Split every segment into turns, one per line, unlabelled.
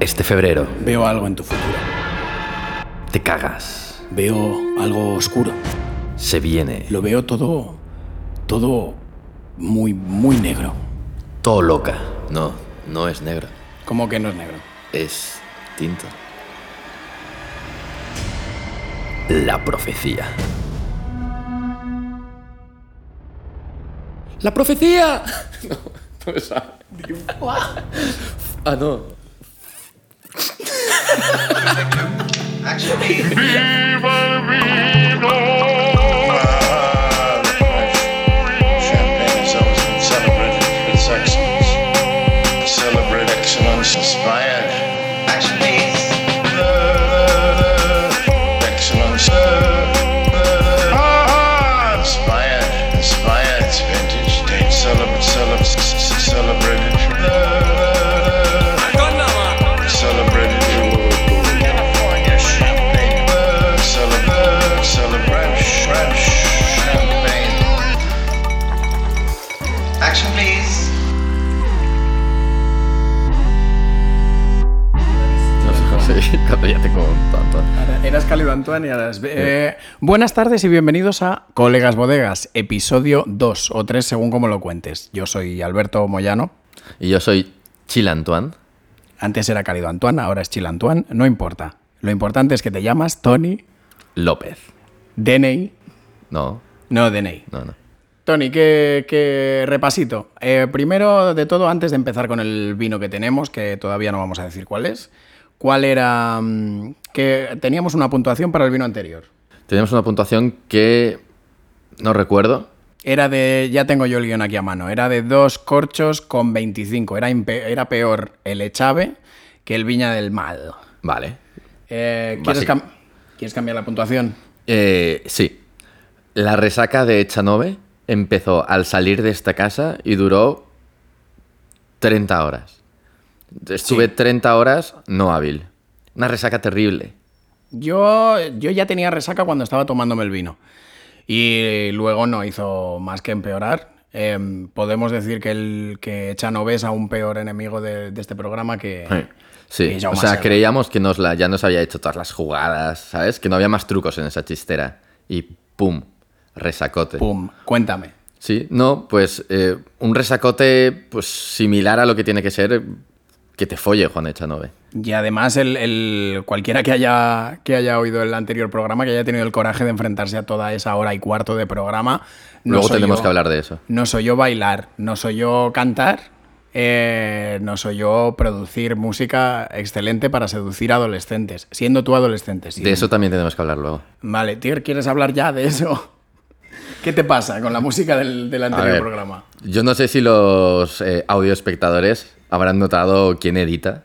Este febrero
Veo algo en tu futuro.
te cagas.
Veo algo oscuro.
Se viene
Lo veo todo. todo muy, muy negro.
todo loca. No, no es negro.
Como que no es negro.
Es tinta. La profecía.
¡La profecía! No, no esa. ah, no.
Champagne is always been celebrated for its excellence. Celebrate excellence inspired. Excellence. Inspired. Inspired. It's vintage. Date celebrate. Celebrate. Celebrated. Celebrated. California champagne. Celebrate. Celebrate. Champagne. Action, please.
Cuando ya tengo tanto.
Eras Cálido Antoine y ahora es- eh, buenas tardes y bienvenidos a Colegas Bodegas, episodio 2 o 3 según como lo cuentes. Yo soy Alberto Moyano.
Y yo soy Chil Antoine.
Antes era Cálido Antoine, ahora es Chil Antoine, no importa. Lo importante es que te llamas Tony,
López.
DNI,
No,
no DNI.
no, no.
Tony, qué, qué repasito. Eh, primero de todo, antes de empezar con el vino que tenemos, que todavía no vamos a decir cuál es, ¿cuál era... mm, que teníamos una puntuación para el vino anterior?
Tenemos una puntuación que no recuerdo.
Era de, ya tengo yo el guión aquí a mano, era de dos corchos con 25. Era, impe- era peor el Echave que el Viña del Mal.
Vale.
Eh, ¿quieres,
Básico.
cam- quieres cambiar la puntuación?
Eh, sí. La resaca de Echanove empezó al salir de esta casa y duró 30 horas. Estuve 30 horas no hábil. Una resaca terrible.
Yo, yo ya tenía resaca cuando estaba tomándome el vino. Y luego no hizo más que empeorar. Em, podemos decir que, el, que Echanove es aún peor enemigo de, de este programa que...
Sí,
Y Jaume
o sea,
Serra.
creíamos que nos la, ya nos había hecho todas las jugadas, ¿sabes? Que no había más trucos en esa chistera. Y pum, resacote.
¡Pum! Cuéntame.
Sí, no, pues eh, un resacote pues similar a lo que tiene que ser eh, que te folle Juan Echanove.
Y además, el, el- cualquiera que haya, que haya oído el anterior programa, que haya tenido el coraje de enfrentarse a toda esa hora y cuarto de programa. no
Luego
soy
tenemos
yo-
que hablar de eso.
No soy yo bailar, no soy yo cantar, eh, no soy yo producir música excelente para seducir adolescentes, siendo tú adolescente. sí.
De eso también tenemos que hablar luego.
Vale, tío, ¿quieres hablar ya de eso? ¿Qué te pasa con la música del, del
A
anterior
ver,
programa?
Yo no sé si los eh, audioespectadores habrán notado quién edita,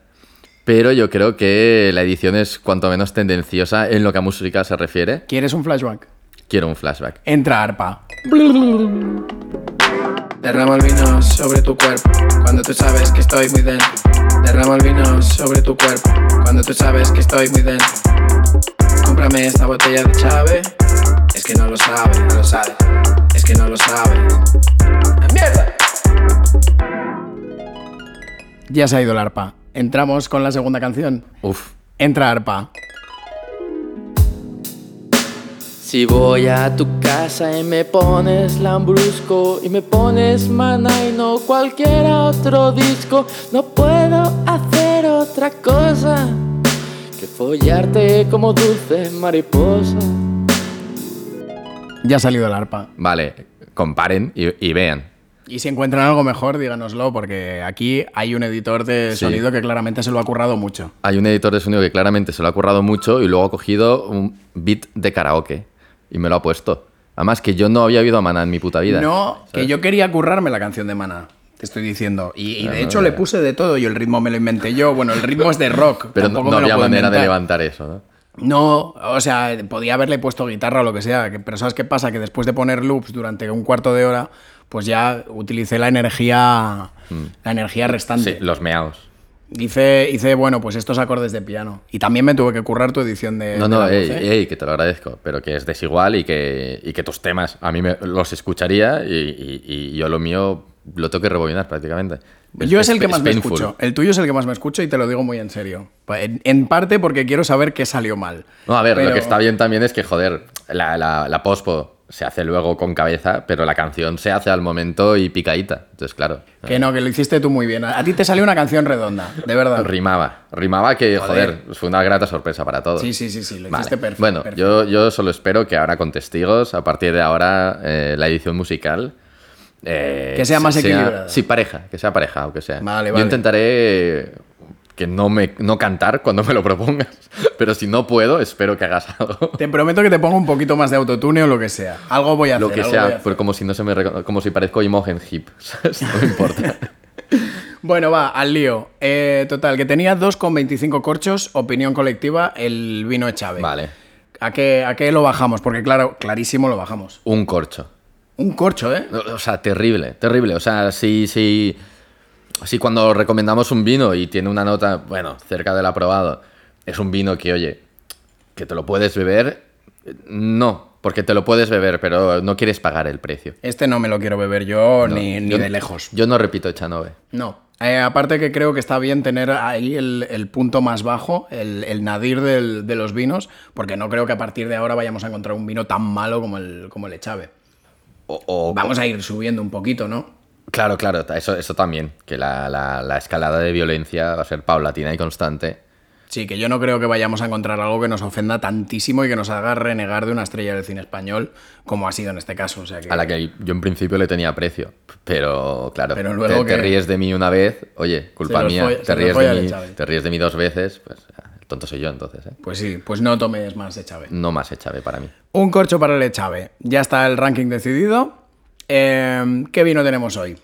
pero yo creo que la edición es cuanto menos tendenciosa en lo que a música se refiere.
¿Quieres un flashback?
Quiero un flashback.
Entra arpa. Derramo el vino sobre tu cuerpo cuando tú sabes que estoy muy dentro. Derramo el vino sobre tu cuerpo cuando tú sabes que estoy muy dentro. Cómprame esta botella de chave. Es que no lo sabe, no lo sabe. Es que no lo sabe. ¡Mierda! Ya se ha ido el arpa. Entramos con la segunda canción.
Uf,
Entra arpa.
Si voy a tu casa y me pones Lambrusco y me pones Mana y no cualquier otro disco, no puedo hacer otra cosa que follarte como dulce mariposa.
Ya ha salido el arpa.
vale, comparen y, y vean.
Y si encuentran algo mejor, díganoslo, porque aquí hay un editor de
Sí.
sonido que claramente se lo ha currado mucho.
Hay un editor de sonido que claramente se lo ha currado mucho y luego ha cogido un beat de karaoke y me lo ha puesto. Además que yo no había oído a Maná en mi puta vida.
No, que
¿sabes?
yo quería currarme la canción de Mana, te estoy diciendo. Y, y
Ah,
de
no,
hecho
ya,
le
ya.
puse de todo y el ritmo me lo inventé yo. Bueno, el ritmo es de rock,
Pero no,
tampoco
no
me lo
había
puedo
manera de
inventar.
levantar eso, ¿no?
No, o sea, podía haberle puesto guitarra o lo que sea, que- pero ¿sabes qué pasa? Que después de poner loops durante un cuarto de hora, pues ya utilicé la energía, la energía
Hmm. Sí,
restante.
los meaos.
Hice, hice, bueno, pues estos acordes de piano. Y también me tuve que currar tu edición de...
No,
de
no,
la
ey,
voz, ¿eh?
ey, que te lo agradezco, pero que es desigual y que, y que tus temas a mí me, los escucharía y, y- y yo lo mío lo tengo que rebobinar prácticamente.
Yo es el que más me
painful.
escucho. El tuyo es el que más me escucho y te lo digo muy en serio. Pa- En, en parte porque quiero saber qué salió mal.
No, a ver, lo
Pero-
que está bien también es que, joder, la, la, la pospo se hace luego con cabeza, pero la canción se hace al momento y picadita. Entonces, claro,
Que no, que lo hiciste tú muy bien. A a ti te salió una canción redonda, de verdad.
rimaba. Rimaba que,
Joder.
joder, fue una grata sorpresa para todos.
Sí, sí, sí, sí, lo
Vale.
hiciste perfecto.
Bueno,
perfecto.
yo, yo solo espero que ahora con testigos, a partir de ahora, eh, la edición musical. eh,
Que sea más equilibrada.
Sí, pareja, que sea pareja, aunque sea.
Vale,
Yo
vale.
intentaré que no me no cantar cuando me lo propongas, pero si no puedo, espero que hagas algo.
Te prometo que te pongo un poquito más de autotune o lo que sea. Algo voy a hacer.
Lo que
algo voy a
sea,
hacer.
pero como si no se me recono- como si parezco Imogen Hip, ¿sabes? No me importa.
Bueno, va, al lío. Eh, total, que tenía 2,25 corchos, opinión colectiva, el vino de Chávez.
vale.
¿A qué, ¿A qué lo bajamos? Porque claro, clarísimo lo bajamos.
Un corcho.
Un corcho, ¿eh?
No, O sea, terrible, terrible. O sea, si, si, si cuando recomendamos un vino y tiene una nota, bueno, cerca del aprobado, es un vino que, oye, que te lo puedes beber, eh, no, porque te lo puedes beber, pero no quieres pagar el precio.
Este no me lo quiero beber yo ni, ni
Yo-
de lejos.
Yo no repito Echanove.
No. Eh, aparte que creo que está bien tener ahí el, el punto más bajo, el, el nadir del- de los vinos, porque no creo que a partir de ahora vayamos a encontrar un vino tan malo como el, como el Echave.
O, o-
Vamos a ir subiendo un poquito, ¿no?
claro, claro, eso, eso también, que la, la- la escalada de violencia va a ser paulatina y constante.
Sí, que yo no creo que vayamos a encontrar algo que nos ofenda tantísimo y que nos haga renegar de una estrella del cine español, como ha sido en este caso. O sea que,
A la que yo en principio le tenía precio, pero claro,
Pero luego
te, te
que-
ríes de mí una vez, oye, culpa
Se los
mía,
folla- se
te,
los
ríes
folla
de
el
mí,
Chávez.
te ríes de mí dos veces, pues el tonto soy yo entonces, ¿eh?
Pues sí, pues no tomes más Echave.
no más Echave para mí.
Un corcho para el Echave. Ya está el ranking decidido. Eh, ¿Qué vino tenemos hoy?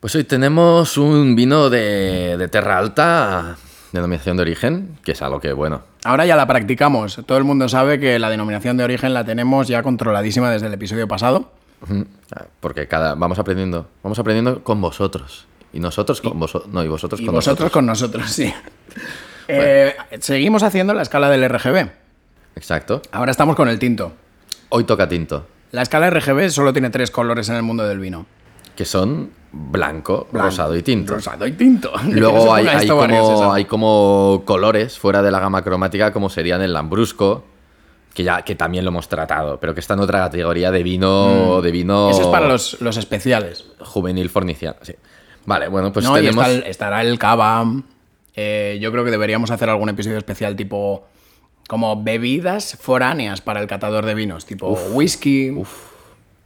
Pues hoy tenemos un vino de, de Terra Alta, denominación de origen, que es algo que, bueno,
Ahora ya la practicamos. Todo el mundo sabe que la denominación de origen la tenemos ya controladísima desde el episodio pasado.
porque cada vamos aprendiendo, vamos aprendiendo con vosotros. Y nosotros con vosotros, no, y vosotros
Y
Pues con
vosotros
nosotros.
con nosotros, sí. Eh, seguimos haciendo la escala del RGB.
Exacto.
Ahora estamos con el tinto.
Hoy toca tinto,
La escala RGB solo tiene tres colores en el mundo del vino.
que son blanco, rosado y tinto.
Rosado y tinto. Que se
Luego
ponga
hay, hay
esto varios,
como,
esa.
hay como colores fuera de la gama cromática, como serían el lambrusco, que ya que también lo hemos tratado, pero que está en otra categoría de vino, de vino
Mm. Ese es para los, los especiales.
juvenil forniciano. sí. Vale, bueno, pues
no, y
tenemos.
está el- estará el cava. Eh, yo creo que deberíamos hacer algún episodio especial tipo como bebidas foráneas para el catador de vinos, tipo whisky,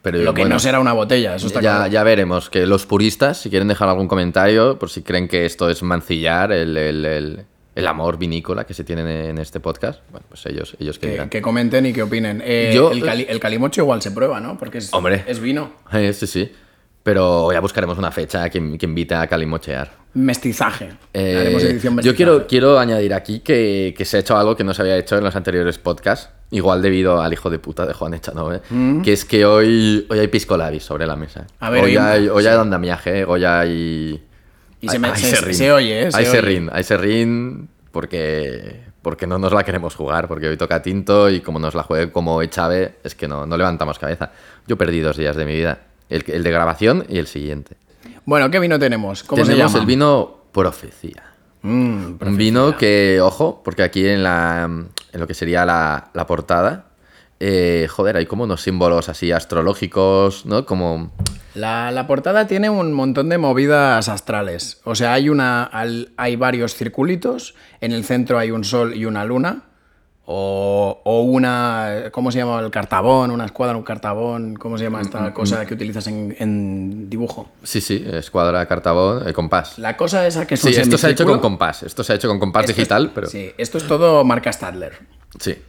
pero
lo que
bueno,
no será una botella, eso está
ya,
claro.
ya veremos. Que los puristas, si quieren dejar algún comentario, por si creen que esto es mancillar el, el- el- el amor vinícola que se tiene en este podcast, bueno, pues ellos, ellos que
Que,
digan.
que comenten y que opinen. Eh,
Yo-
el, cali- el calimocho igual se prueba, ¿no? Porque es,
Hombre.
es vino.
Eh, sí, sí. Pero ya buscaremos una fecha que, que invita a calimochear.
Mestizaje.
Eh,
Haremos edición
yo
mestizaje.
quiero, quiero añadir aquí que, que se ha hecho algo que no se había hecho en los anteriores podcasts, igual debido al hijo de puta de Juan Echanove, que es que hoy, hoy hay pisco labis sobre la mesa.
Mm.
eh.
A ver,
hoy
hoy-
hay, hoy hay andamiaje, hoy hay...
Y se me-
hay
se-
serrín.
se oye, ¿eh? Se
Hay
oye.
serrín, hay serrín porque, porque no nos la queremos jugar, porque hoy toca tinto y como nos la juegue como Echave, es que no, no levantamos cabeza. Yo perdí dos días de mi vida, el, el de grabación y el siguiente.
Bueno, ¿qué vino tenemos? ¿Cómo se
Tenemos
llama?
el vino Profecía.
Mm,
Un vino que, ojo, porque aquí en, la, en lo que sería la, la portada, eh, joder, hay como unos símbolos así astrológicos, ¿no? Como...
La, la portada tiene un montón de movidas astrales. O sea, hay, una, al- hay varios circulitos. En el centro hay un sol y una luna. O, o una. ¿Cómo se llama? El cartabón, una escuadra, un cartabón. ¿Cómo se llama esta cosa que utilizas en, en dibujo?
Sí, sí, escuadra, cartabón, eh, compás.
La cosa esa que es
Sí,
un
esto se ha hecho
semicírculo.
con compás, esto se ha hecho con compás
Esto es-
digital, pero... Sí.
Sí, esto es todo marca Stadler.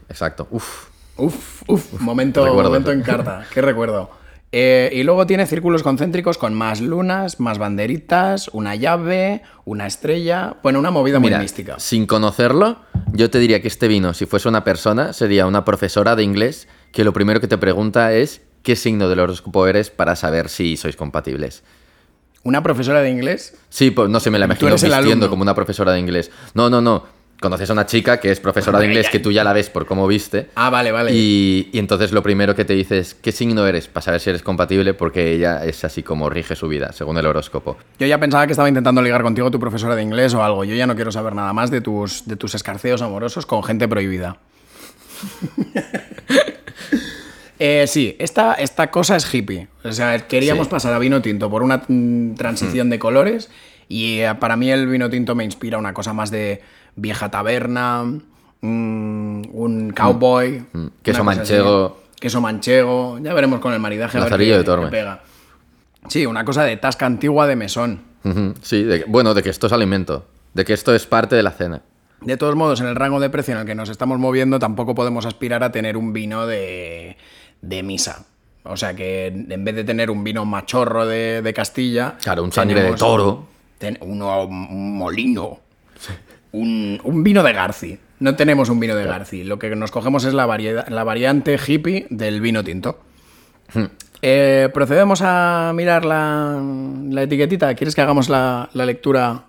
exacto. Uf,
Uf, uf, momento,
recuerdo
momento
eso.
en carta, qué recuerdo. Eh, y luego tiene círculos concéntricos con más lunas, más banderitas, una llave, una estrella. Bueno, una movida
mira,
muy mística.
sin conocerlo, yo te diría que este vino, si fuese una persona, sería una profesora de inglés que lo primero que te pregunta es qué signo del horóscopo eres para saber si sois compatibles.
Una profesora de inglés.
Sí, pues no se me la imagino
eres el
vistiendo
alumno.
como una profesora de inglés. No, no, no. conoces a una chica que es profesora de inglés, que tú ya la ves por cómo viste.
Ah, vale, vale.
Y, y entonces lo primero que te dice es qué signo eres para saber si eres compatible porque ella es así como rige su vida, según el horóscopo.
Yo ya pensaba que estaba intentando ligar contigo tu profesora de inglés o algo. Yo ya no quiero saber nada más de tus, de tus escarceos amorosos con gente prohibida. Eh, sí, esta, esta cosa es hippie. O sea, queríamos
Sí.
pasar a vino tinto por una mm, transición de colores y eh, para mí el vino tinto me inspira una cosa más de vieja taberna, mm, un cowboy.
mm.
una
Queso
cosa así.
manchego.
Queso manchego. Ya veremos con el maridaje. a ver
Lazarillo
qué-
de Tormes.
qué pega. Sí, una cosa de tasca antigua de mesón.
Ujú, Sí, de que- bueno, de que esto es alimento, de que esto es parte de la cena.
De todos modos, en el rango de precio en el que nos estamos moviendo, tampoco podemos aspirar a tener un vino de, de misa. O sea que en vez de tener un vino machorro de, de Castilla.
Claro, un sangre de
tenemos
toro.
ten- uno, un molino. Un, un vino de Garci. No tenemos un vino de Garci. Lo que nos cogemos es la, variedad, la variante hippie del vino tinto.
Hmm.
Eh, procedemos a mirar la, la etiquetita. ¿Quieres que hagamos la, la lectura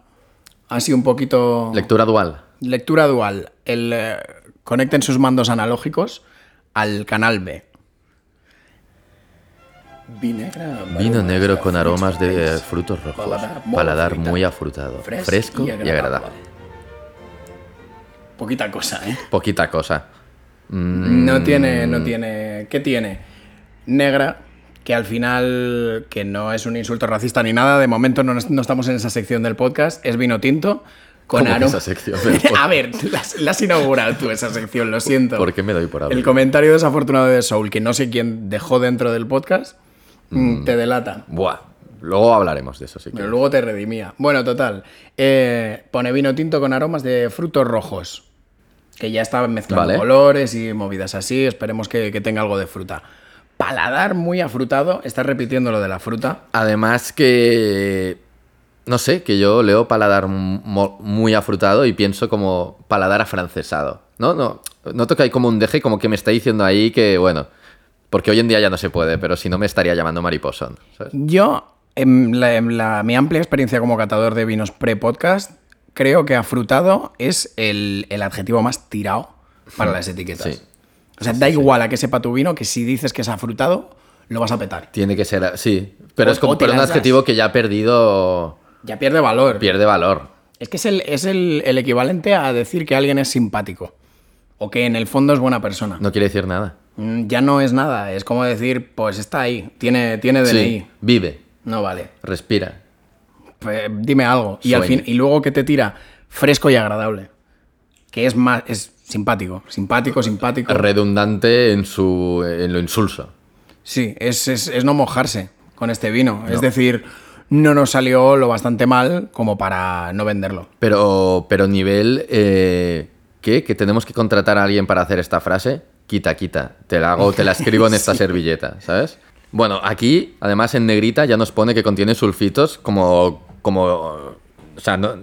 así un poquito.
Lectura dual.
Lectura dual. El, eh, conecten sus mandos analógicos al canal B. Vinegra,
Vino negro con aromas de eh, frutos rojos. Paladar muy afrutado. Fresco y agradable.
Poquita cosa, ¿eh?
Poquita cosa. Mm.
No tiene, no tiene. ¿Qué tiene? Negra, que al final, que no es un insulto racista ni nada, de momento no, no estamos en esa sección del podcast, es vino tinto con
¿Cómo que
aromas.
esa sección del podcast?
A ver, la, has- la has inaugurado tú esa sección, lo siento.
¿Por qué me doy por
El
algo?
comentario desafortunado de Soul, que no sé quién dejó dentro del podcast, mm, te delata.
Buah, luego hablaremos de eso, sí que.
Pero luego te redimía. Bueno, total. eh, pone vino tinto con aromas de frutos rojos. Que ya está mezclando
Vale.
colores y movidas así. Esperemos que, que tenga algo de fruta. Paladar muy afrutado. Está repitiendo lo de la fruta.
Además que... No sé, que yo leo paladar m- mo- muy afrutado y pienso como paladar afrancesado. No, no, noto que hay como un deje como que me está diciendo ahí que, bueno, porque hoy en día ya no se puede, pero si no me estaría llamando mariposón, ¿sabes?
Yo, en la- en la- mi amplia experiencia como catador de vinos pre-podcast, creo que afrutado es el, el adjetivo más tirado para las etiquetas.
Mm. Sí.
O sea, da igual a que sepa tu vino que si dices que es afrutado, lo vas a petar.
Tiene que ser, sí, pero
O-
es como
o te
pero un
lanzas.
adjetivo que ya ha perdido,
Ya pierde valor.
pierde valor.
Es que es, el, es el, el equivalente a decir que alguien es simpático o que en el fondo es buena persona.
No quiere decir nada.
Mm, Ya no es nada, es como decir, pues está ahí, tiene, tiene DNI.
Sí, vive,
No vale,
respira.
Pues, dime algo. Y, al
Sueña.
fin, y luego que te tira fresco y agradable, que es más, es simpático, simpático, simpático.
Redundante en, su, en lo insulso.
Sí, es, es- es no mojarse con este vino. Es decir, no nos salió lo bastante mal como para no venderlo.
Pero, pero nivel, eh, ¿qué? ¿Que tenemos que contratar a alguien para hacer esta frase? Quita, quita. Te la hago, te la escribo en esta servilleta, ¿sabes? Bueno, aquí, además, en negrita ya nos pone que contiene sulfitos como... como o sea, no,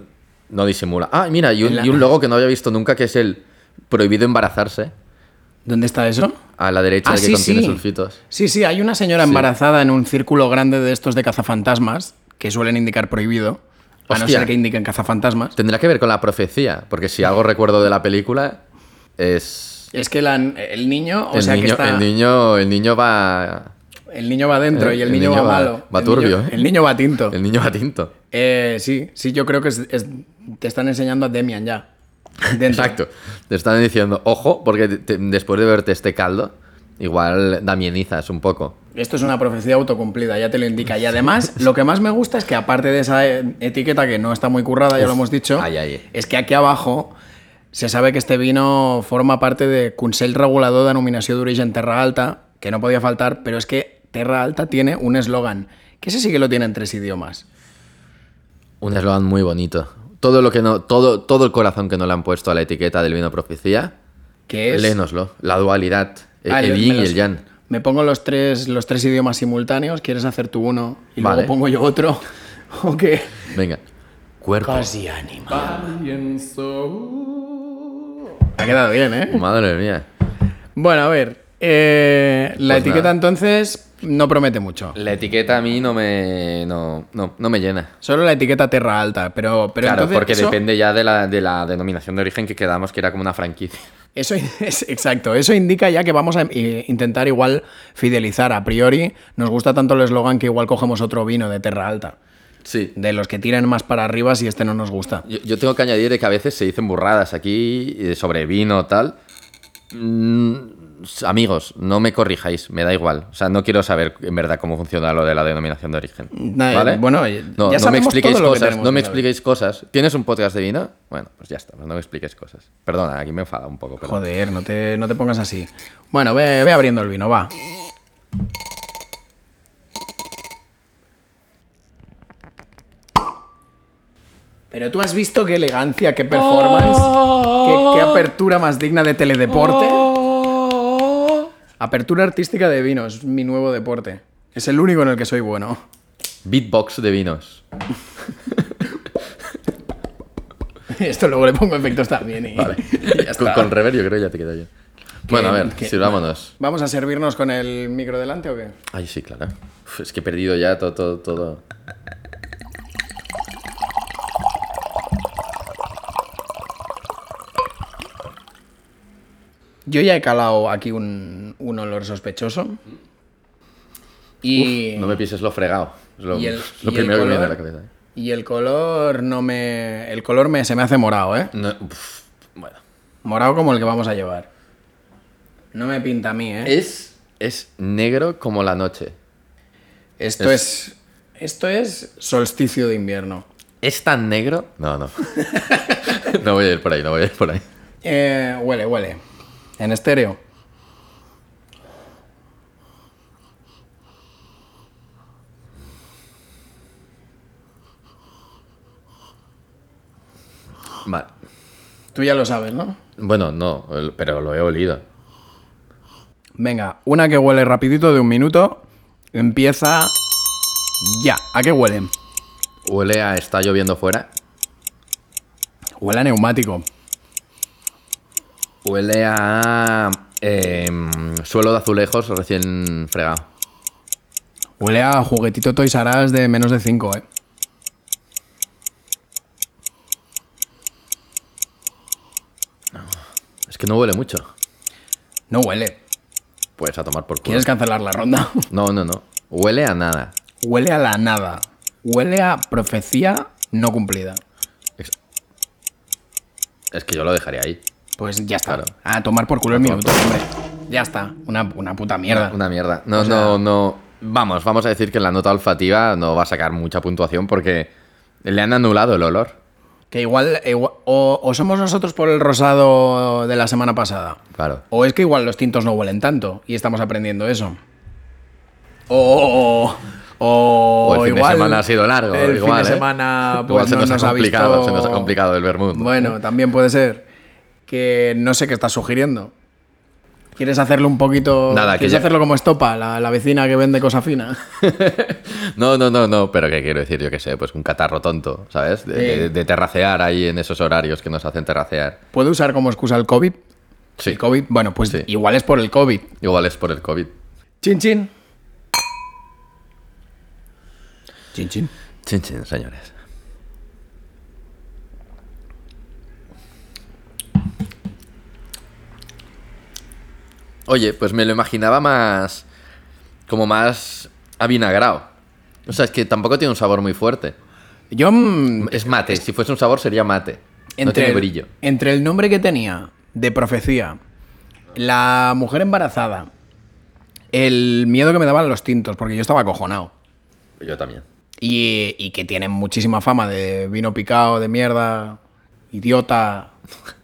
no disimula. Ah, mira, y un,
En la-
y un logo que no había visto nunca, que es el prohibido embarazarse.
¿Dónde está eso?
A la derecha el que contiene sulfitos.
Ah, Sí, sí, hay una señora embarazada en un círculo grande de estos de cazafantasmas que suelen indicar prohibido, a no
Hostia.
ser que indiquen cazafantasmas.
Tendrá que ver con la profecía, porque si algo recuerdo de la película es...
Es que la- el niño, o
el,
sea
niño,
que está,
el, niño, el niño va...
el niño va dentro
Eh,
y el, niño, va, malo.
va
El
turbio,
niño-
eh.
El niño va tinto.
El niño va tinto.
Eh, sí, sí, yo creo que es- es- te están enseñando a Demian ya. Dentro.
Exacto. Te están diciendo, ojo, porque te- te- después de verte este caldo, igual damienizas un poco.
Esto es una profecía autocumplida, ya te lo indica. Y además, lo que más me gusta es que aparte de esa eh, etiqueta que no está muy currada, ya
Uf,
lo hemos dicho,
ay, ay.
es que aquí abajo se sabe que este vino forma parte de Consell Regulador de Denominació d'Origen Terra Alta, que no podía faltar, pero es que Terra Alta tiene un eslogan, que ese sí que lo tiene en tres idiomas.
Un eslogan muy bonito. Todo lo que no, todo, todo el corazón que no le han puesto a la etiqueta del vino profecía,
Que es...
léenoslo. La dualidad, el,
Ah,
el
me
yin e- y
los-
el yang.
Me pongo los tres, los tres idiomas simultáneos, quieres hacer tú uno y
Vale.
luego pongo yo otro. ¿O qué?
Venga. Cuerpo.
Casi Ha quedado bien, ¿eh?
Madre mía.
Bueno, a ver, Eh, la
Pues
etiqueta
nada.
entonces no promete mucho.
La etiqueta a mí no me, no, no, no me llena.
Solo la etiqueta Terra Alta, pero, pero
claro,
entonces
porque
eso-
depende ya de la, de la denominación de origen que quedamos, que era como una franquicia.
Eso es, exacto, eso indica ya que vamos a eh, intentar igual fidelizar a priori. Nos gusta tanto el eslogan que igual cogemos otro vino de Terra Alta,
Sí.
de los que tiran más para arriba si este no nos gusta.
Yo, yo tengo que añadir de que a veces se dicen burradas aquí eh, sobre vino tal. Mm, s- amigos, no me corrijáis, me da igual. O sea, no quiero saber en verdad cómo funciona lo de la denominación de origen.
Nah, eh,
¿Vale?
bueno, oye,
no,
ya
no me
sabemos
expliquéis
todo lo que
cosas.
tenemos
no
que
me
saber.
expliquéis cosas. ¿Tienes un podcast de vino? Bueno, pues ya está, pues no me expliques cosas. Perdona, aquí me enfada un poco. pero-
Joder, no te, no te pongas así. Bueno, ve, ve abriendo el vino, va. Pero tú has visto qué elegancia, qué performance, qué, qué apertura más digna de teledeporte. Apertura artística de vino, es mi nuevo deporte. Es el único en el que soy bueno.
Beatbox de vinos.
Esto luego le pongo efectos también. ¿eh? y- y ya
Con,
está.
con rever yo creo que ya te queda bien. Bueno, a ver,
que-
sirvámonos.
¿Vamos a servirnos con el micro delante o qué?
Ay, sí, claro. Uf, es que he perdido ya todo, todo, todo.
Yo ya he calado aquí un, un olor sospechoso. Y,
No me pises lo fregado. Es lo,
y el-
lo
y el
primero que me viene a la
color.
cabeza. ¿eh?
y el color no me. El color me, se me hace morado, ¿eh?
No, uf, bueno.
Morado como el que vamos a llevar. No me pinta a mí, ¿eh?
Es, es negro como la noche.
Esto
es-
es. Esto es solsticio de invierno.
¿Es tan negro? No, no. no voy a ir por ahí, no voy a ir por ahí.
Eh, huele, huele. En estéreo.
Vale.
Tú ya lo sabes, ¿no?
Bueno, no, el- pero lo he olido.
Venga, una que huele rapidito de un minuto. Empieza. Ya. ¿A qué huele?
Huele a está lloviendo fuera.
Huele a neumático.
Huele a em, suelo de azulejos recién fregado.
Huele a juguetito Toys R Us de menos de 5, eh.
Es que no huele mucho.
No huele.
Pues a tomar por culo.
¿Quieres cancelar la ronda?
No, no, no. Huele a nada.
huele a la nada. Huele a profecía no cumplida.
Ex- Es que yo lo dejaría ahí.
Pues ya está.
Claro.
A tomar por culo el
tomar
minuto, hombre. Ya está. Una, una puta mierda.
Una mierda. No,
O sea-
no, no. Vamos, vamos a decir que en la nota olfativa no va a sacar mucha puntuación porque le han anulado el olor.
Que igual, igual- o, o somos nosotros por el rosado de la semana pasada.
Claro.
O es que igual los tintos no huelen tanto y estamos aprendiendo eso. O, o,
O el fin de
igual
semana ha sido largo.
El
igual,
fin de
¿eh?
semana pues,
Igual se
no
nos,
nos
ha
ha
complicado,
visto-
se nos ha complicado el Bermud.
Bueno, también puede ser que no sé qué estás sugiriendo. ¿Quieres hacerlo un poquito?
Nada, que
¿Quieres
ya-
hacerlo como estopa, la, la vecina que vende cosa fina?
No, no, no, no, pero que quiero decir, yo qué sé, pues un catarro tonto, ¿sabes? De,
Sí.
de- de terracear ahí en esos horarios que nos hacen terracear.
¿Puede usar como excusa el COVID?
Sí,
El COVID, bueno, pues
Sí.
igual es por el COVID.
igual es por el COVID.
Chin chin. Chin chin.
Chin, chin, señores. Oye, pues me lo imaginaba más. como más avinagrado. O sea, es que tampoco tiene un sabor muy fuerte.
Yo mm,
Es mate, si fuese un sabor sería mate. no
entre
tiene
el-
brillo.
entre el nombre que tenía de profecía, la mujer embarazada, el miedo que me daban los tintos, porque yo estaba acojonado.
Yo también.
y, y que tienen muchísima fama de vino picado, de mierda, idiota,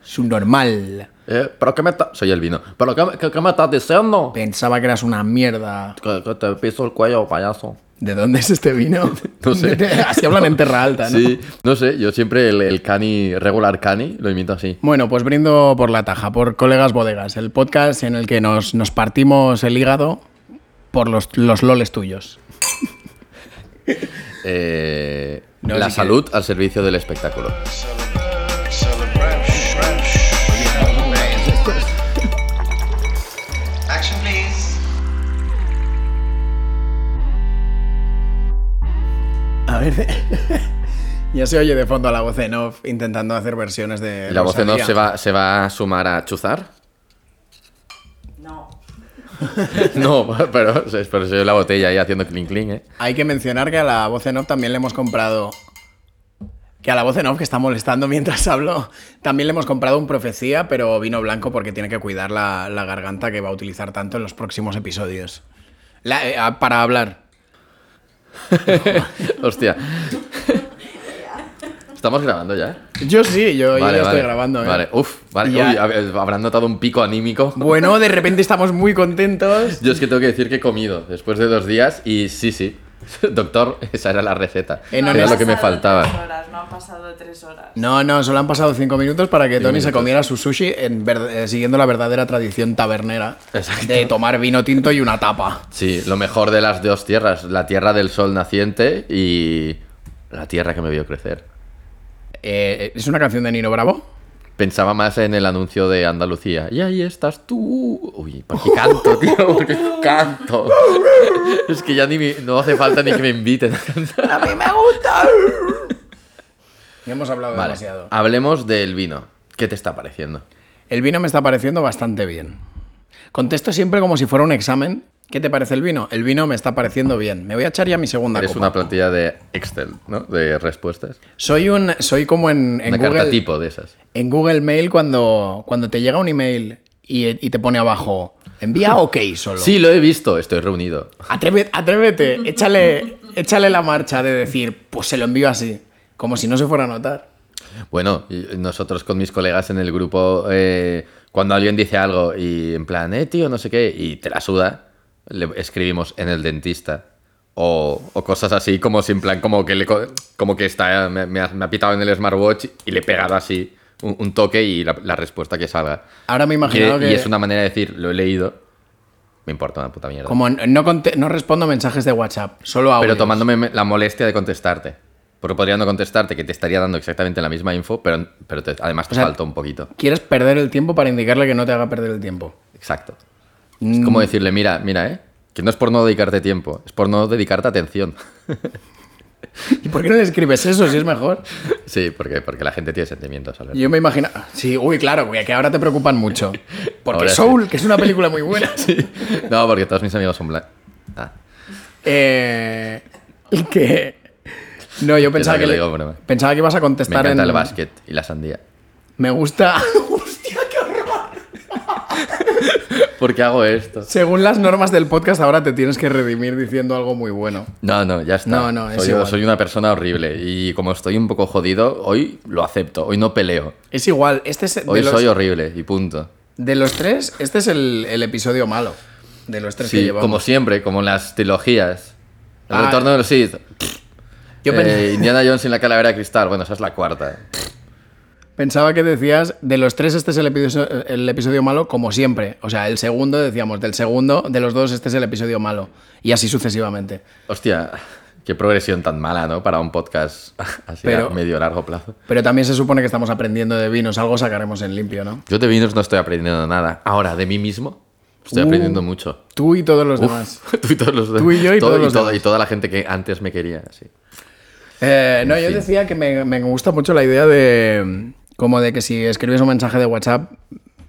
subnormal.
Eh, ¿Pero qué me estás...? Soy el vino. ¿Pero qué, me- qué- qué me estás diciendo?
Pensaba que eras una mierda.
Que, que te piso el cuello, payaso.
¿De dónde es este vino?
No sé.
así hablan en Terra Alta, Ah, ¿no?
Sí, no sé, yo siempre el, el cani, regular cani, lo imito así.
Bueno, pues brindo por la taja, por Colegas Bodegas, el podcast en el que nos, nos partimos el hígado por los, los loles tuyos.
Eh,
No,
la
sí que-
salud al servicio del espectáculo.
Celebration.
Actually,
parece. ya se oye de fondo a la voz en off intentando hacer versiones de.
¿La voz en off
Rosalía.
se va, se va a sumar a chuzar?
No.
No, pero, pero se oye la botella ahí haciendo clink clink, ¿eh?
Hay que mencionar que a la voz en off también le hemos comprado. Que a la voz en off, que está molestando mientras hablo, también le hemos comprado un profecía, pero vino blanco porque tiene que cuidar la, la garganta que va a utilizar tanto en los próximos episodios. La- eh, ah, para hablar.
Hostia. ¿Estamos grabando ya?
Yo sí, yo, yo
Vale,
ya
vale,
estoy grabando. ¿eh?
Vale, uf, vale.
Ya.
Uy, hab- habrán notado un pico anímico.
Bueno, de repente estamos muy contentos.
Yo es que tengo que decir que he comido después de dos días y sí, sí. Doctor, esa era la receta.
En
era lo que me
Han pasado tres
faltaba.
horas, no han pasado tres horas.
No, no, solo han pasado cinco minutos para que Tony se
minutos.
comiera su sushi en ver- eh, siguiendo la verdadera tradición tabernera de tomar vino tinto y una tapa.
Sí, lo mejor de las dos tierras. La tierra del sol naciente y la tierra que me vio crecer.
Eh, ¿Es una canción de Nino Bravo?
Pensaba más en el anuncio de Andalucía. Y ahí estás tú. Uy, ¿por qué canto, tío? ¿Por qué canto? Es que ya ni me- no hace falta ni que me inviten a cantar.
Ya hemos hablado
Vale,
demasiado.
hablemos del vino. ¿Qué te está pareciendo?
El vino me está pareciendo bastante bien. Contesto siempre como si fuera un examen. ¿Qué te parece el vino? El vino me está pareciendo bien. Me voy a echar ya mi segunda
Eres
copa.
una plantilla de Excel, ¿no? De respuestas.
Soy un, soy como en, en
Una carta
Google,
tipo de esas.
en Google Mail cuando, cuando te llega un email y, y te pone abajo envía OK solo.
Sí, lo he visto. Estoy reunido.
Atrévete, atrévete, échale, échale la marcha de decir, pues se lo envío así, como si no se fuera a notar.
Bueno, y nosotros con mis colegas en el grupo, eh, cuando alguien dice algo y en plan, eh, tío, no sé qué, y te la suda, le escribimos en el dentista. O, o cosas así, como si en plan, como que, le, co- como que está, me, me ha, me ha pitado en el smartwatch y le he pegado así un, un toque y la, la respuesta que salga.
Ahora me he
Y,
imaginado que
y es una manera de decir, lo he leído, me importa una puta mierda.
como n- no, conte- no respondo mensajes de WhatsApp, solo audios.
Pero tomándome me- la molestia de contestarte. Porque podría no contestarte, que te estaría dando exactamente la misma info, pero, pero te- además te
sea,
falta un poquito.
Quieres perder el tiempo para indicarle que no te haga perder el tiempo.
Exacto.
Mm.
Es como decirle, mira, mira, ¿eh? Que no es por no dedicarte tiempo, es por no dedicarte atención.
¿Y por qué no le escribes eso si es mejor?
sí, porque, porque la gente tiene sentimientos, Alberto.
Yo me imagino... Sí, uy, claro, güey, que ahora te preocupan mucho. Porque
Ahora sí.
Soul, que es una película muy buena.
No, porque todos mis amigos son ah, blancos.
eh, que... No, yo pensaba
que
que,
lo
le-
digo en broma.
pensaba que ibas a
me
contestar
encanta
en...
el básquet y la sandía.
Me gusta...
¿Por qué hago esto?
Según las normas del podcast, ahora te tienes que redimir diciendo algo muy bueno.
No, no, ya está.
No, no, es
soy,
igual.
soy una persona horrible y como estoy un poco jodido, hoy lo acepto, hoy no peleo.
Es igual, este es
Hoy
de, los,
soy horrible y punto.
de los tres, este es el, el episodio malo. De los tres que
Sí,
llevamos.
como siempre, como en las trilogías. El
Ah.
retorno de los Sith.
Yo pen-
Eh, Indiana Jones sin la calavera de cristal. Bueno, esa es la cuarta.
pensaba que decías, de los tres, este es el episodio, el episodio malo, como siempre. O sea, el segundo, decíamos, del segundo, de los dos, este es el episodio malo. Y así sucesivamente.
Hostia, qué progresión tan mala, ¿no? Para un podcast así
Pero-
a medio largo plazo.
Pero también se supone que estamos aprendiendo de vinos, algo sacaremos en limpio, ¿no?
Yo de vinos no estoy aprendiendo nada. Ahora, de mí mismo, estoy
Uh.
aprendiendo mucho.
Tú y todos los
Uf,
demás.
tú y todos los
Tú y yo y
todo-
todos los demás.
y toda la gente que antes me quería. sí.
Eh, no, yo
fin.
decía que me, me gusta mucho la idea de mm, como de que si escribes un mensaje de WhatsApp,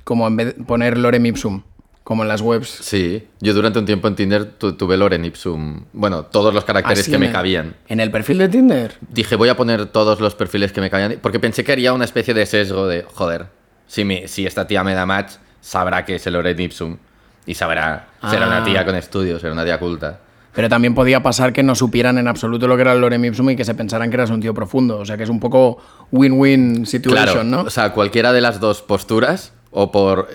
como en vez de poner lorem ipsum, como en las webs.
Sí, yo durante un tiempo en Tinder tu- tuve Loren Ipsum. Bueno, todos los caracteres
Así
que
en
me
el-
cabían.
En el perfil de Tinder.
Dije, voy a poner todos los perfiles que me cabían. Porque pensé que haría una especie de sesgo de, joder, si, me- si esta tía me da match, sabrá que es el Loren Ipsum. Y sabrá, será
Ah.
una tía con estudios, será una tía culta.
Pero también podía pasar que no supieran en absoluto lo que era el lorem ipsum y que se pensaran que eras un tío profundo. O sea, que es un poco win-win situation,
Claro,
¿no?
o sea, cualquiera de las dos posturas, o por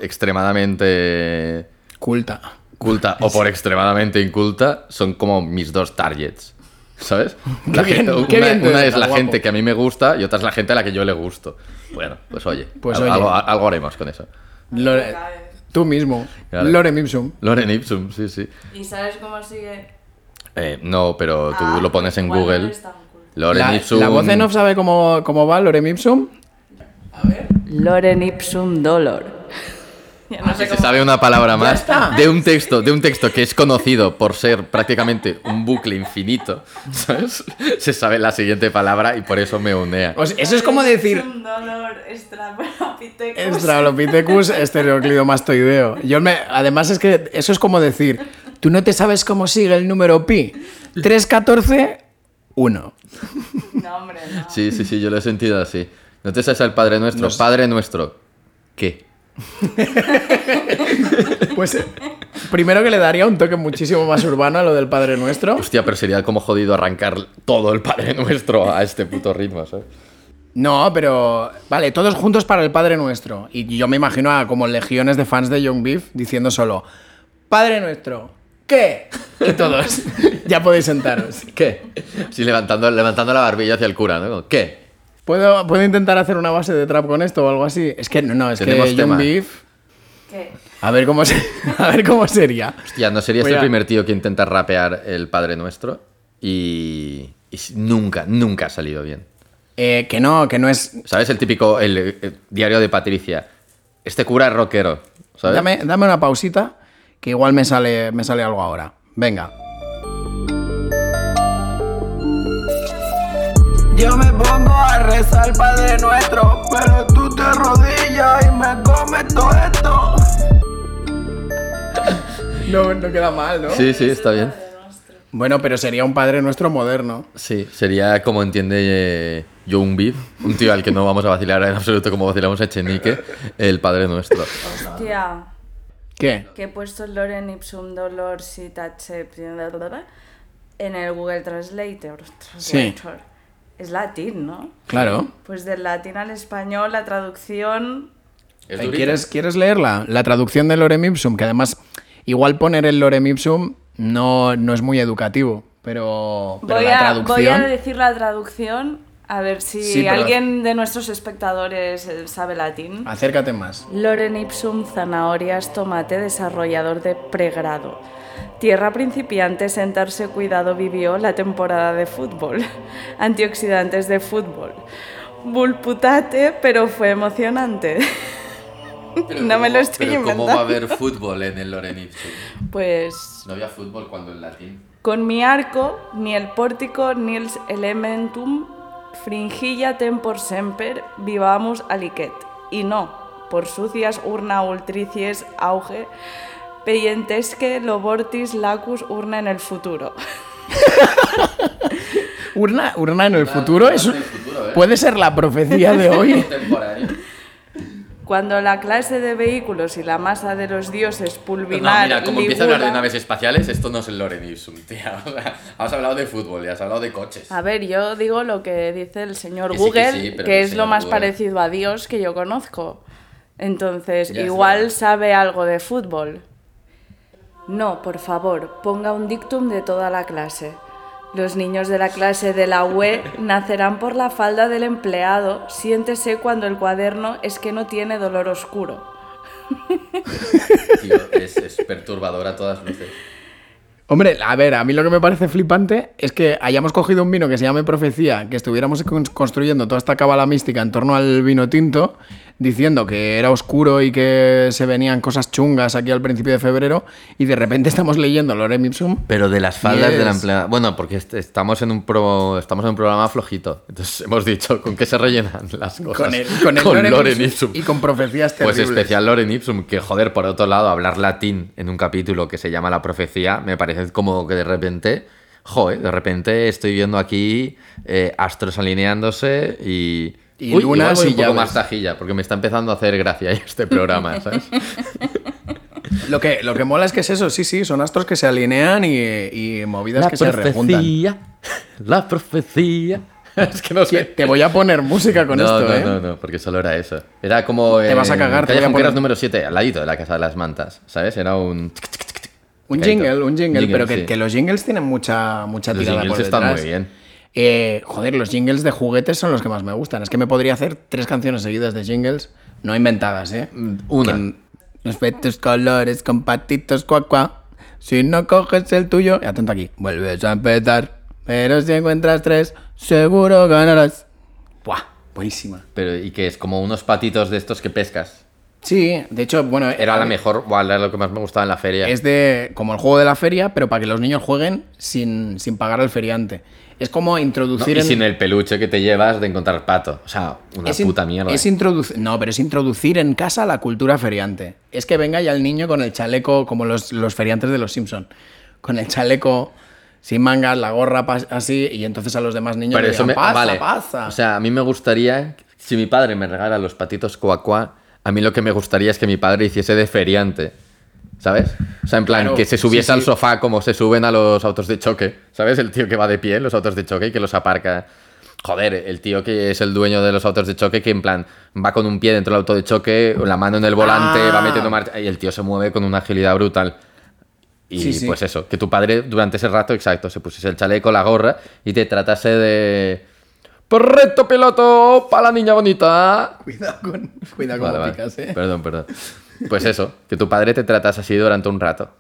extremadamente
Culta.
culta o por extremadamente inculta, son como mis dos targets. ¿Sabes? La
bien,
gente-
qué
una
bien te
una es
dejas,
la
guapo.
gente que a mí me gusta y otra es la gente a la que yo le gusto. Bueno, pues oye,
Pues
al-
oye.
Algo, algo haremos con eso.
Lore- tú mismo.
Claro.
Lorem ipsum.
Loren Ipsum, sí, sí.
¿Y sabes cómo sigue?
Eh, no, pero tú
Ah,
lo pones en
igual no
Google.
eres tan culto.
Loren
La,
Ipsum.
la voz de Nof sabe cómo, cómo va lorem ipsum.
Loren Ipsum Dolor. Ya no
Si
sé
Ah, se
cómo-
sabe una palabra más
está.
de un texto, de un texto que es conocido por ser prácticamente un bucle infinito, ¿sabes? Se sabe la siguiente palabra y por eso me unea.
O sea, eso es como
Es
decir
un dolor estrapelopitecus.
Australopithecus estereoclidomastoideo. Yo me, además es que eso es como decir, tú no te sabes cómo sigue el número pi. 3, 14, 1.
No, hombre, no.
Sí, sí, sí, yo lo he sentido así. No te sabes al Padre Nuestro, Padre Nuestro. ¿Qué?
Pues eh, primero que le daría un toque muchísimo más urbano a lo del Padre Nuestro.
Hostia, pero sería como jodido arrancar todo el Padre Nuestro a este puto ritmo, ¿sabes?
No, pero vale, todos juntos para el Padre Nuestro. Y yo me imagino a como legiones de fans de Young Beef diciendo solo, Padre Nuestro, ¿qué? Y todos, ya podéis sentaros.
¿Qué? Sí, levantando, levantando la barbilla hacia el cura, ¿no? Como, ¿Qué?
¿Puedo, ¿Puedo intentar hacer una base de trap con esto o algo así? Es que no, no es que
Tenemos
Young
tema.
Beef...
¿Qué?
A ver cómo, se- a ver cómo sería.
Ya, ¿no serías
Voy
el
a-
primer tío que intenta rapear el Padre Nuestro? Y, y s- nunca, nunca ha salido bien.
Eh, que no, que no es...
¿Sabes? El típico el, el diario de Patricia. Este cura es rockero, ¿sabes?
Dame, dame una pausita, que igual me sale, me sale algo ahora. Venga.
Yo me pongo a rezar Padre Nuestro, pero tú te rodillas y me comes todo esto.
No, no queda mal, ¿no?
Sí, sí, está bien.
Bueno, pero sería un Padre Nuestro moderno.
Sí, sería como entiende eh, Young Beef, un tío al que no vamos a vacilar en absoluto como vacilamos a Echenique, el Padre Nuestro.
Hostia.
¿Qué?
Que he puesto el lorem ipsum dolor citache en el Google Translator. Translator. Es latín, ¿no?
Claro.
Pues del latín al español, la traducción.
Es
Eh,
durito.
¿Quieres, ¿Quieres leerla? La traducción de Lorem Ipsum, que además igual poner el Lorem Ipsum no, no es muy educativo, pero, pero
Voy,
la
a, voy a
traducción...
decir la traducción, a ver si
Sí, pero-
alguien de nuestros espectadores eh, sabe latín.
Ah.
Acércate más.
Loren ipsum zanahorias tomate desarrollador de pregrado. Tierra principiante, sentarse cuidado vivió la temporada de fútbol. Antioxidantes de fútbol. Bulputate, pero fue emocionante. no me lo estoy
Pero
inventando.
¿cómo va a haber fútbol en el Lorenipsum?
Pues
No había fútbol cuando el latín.
con mi arco, ni el pórtico, ni el elementum, fringilla tempor semper, vivamus alicet. Y no, por sucias urna ultricies auge, peyentesque lobortis lacus urna en el futuro.
Urna, urna en el futuro,
urna
es,
en el futuro, ¿eh?
puede ser la profecía de hoy.
Contemporáneo.
Cuando la clase de vehículos y la masa de los dioses
No,
pulvinar
mira, como empieza a hablar de
ligula-
naves espaciales, esto no es el Lorenipsum, tía. O sea, has hablado de fútbol y has hablado de coches.
A ver, yo digo lo que dice el señor
Que sí, que
Google, que,
sí, pero que el
es lo
señor
más
Google.
parecido a Dios que yo conozco. Entonces,
Ya, es
igual
verdad.
sabe algo de fútbol. No, por favor, ponga un dictum de toda la clase. Los niños de la clase de la UE nacerán por la falda del empleado. Siéntese cuando el cuaderno es que no tiene dolor oscuro.
Tío, es, es perturbador a todas luces.
Hombre, a ver, a mí lo que me parece flipante es que hayamos cogido un vino que se llame Profecía, que estuviéramos con- construyendo toda esta cábala mística en torno al vino tinto, diciendo que era oscuro y que se venían cosas chungas aquí al principio de febrero, y de repente estamos leyendo Lorem Ipsum.
Pero de las faldas de la
Yes.
empleada. Bueno, porque est- estamos en un pro, estamos en un programa flojito. Entonces hemos dicho con qué se rellenan las cosas.
Con el, con el
Loren
Lorem
Ipsum.
Ipsum. Y con profecías
Pues
terribles.
especial Loren Ipsum, que joder, por otro lado, hablar latín en un capítulo que se llama La profecía, me parece como que de repente, joder, de repente estoy viendo aquí eh, astros alineándose y...
Y lunas
igual voy
y
un poco
llaves.
más tajilla, porque me está empezando a hacer gracia este programa, ¿sabes?
Lo que, lo que mola es que es eso, sí, sí, son astros que se alinean y, y movidas que se rejuntan.
la profecía. Es que no sé.
Te voy a poner música con
no,
esto,
no,
¿eh?
no, no, porque solo era eso. Era como.
Te vas a cagar, te
Calle
voy a
Junqueras
poner-
número 7, al ladito de la Casa de las Mantas, ¿sabes? Era un.
Un
Picadito.
jingle, un jingle,
Jingle,
pero que,
sí.
que los jingles tienen mucha, mucha
Los
tirada por
jingles están
detrás.
muy bien.
Eh, joder, los jingles de juguetes son los que más me gustan. Es que me podría hacer tres canciones seguidas de jingles, no inventadas, ¿eh?
Mm, Una.
Que- Los petos colores con patitos cuac cuac. Si no coges el tuyo, atento aquí, vuelves a empezar. Pero si encuentras tres, seguro ganarás. Buah, buenísima.
Pero, y que es como unos patitos de estos que pescas.
Sí, de hecho, bueno, eh,
Era la mejor, bueno, era lo que más me gustaba en la feria.
Es de como el juego de la feria, pero para que los niños jueguen sin, sin pagar al feriante. Es como
No,
introducir
y
en-
sin el peluche que te llevas de encontrar pato. O sea, una
in-
puta mierda.
es introduc- no, pero es introducir en casa la cultura feriante. Es que venga ya el niño con el chaleco, como los, los feriantes de los Simpson, con el chaleco sin mangas, la gorra pas- así, y entonces a los demás niños
Pero
le
eso
digan,
me
pasa,
vale.
pasa.
O sea, a mí me gustaría, si mi padre me regala los patitos coacuá, a mí lo que me gustaría es que mi padre hiciese de feriante. ¿Sabes? O sea, en plan,
Claro,
que se
sí,
subiese al
sí.
sofá como se suben a los autos de choque. ¿Sabes? El tío que va de pie en los autos de choque y que los aparca. Joder, el tío que es el dueño de los autos de choque que en plan va con un pie dentro del auto de choque, la mano en el volante,
Ah.
va metiendo marcha y el tío se mueve con una agilidad brutal. Y
Sí, sí.
pues eso, que tu padre durante ese rato, exacto, se pusiese el chaleco, la gorra y te tratase de... ¡Correcto, piloto! ¡Para la niña bonita!
cuidado con, cuidado
Vale,
cómo
vale.
picas, eh.
Perdón, perdón. Pues eso, que tu padre te tratase así durante un rato.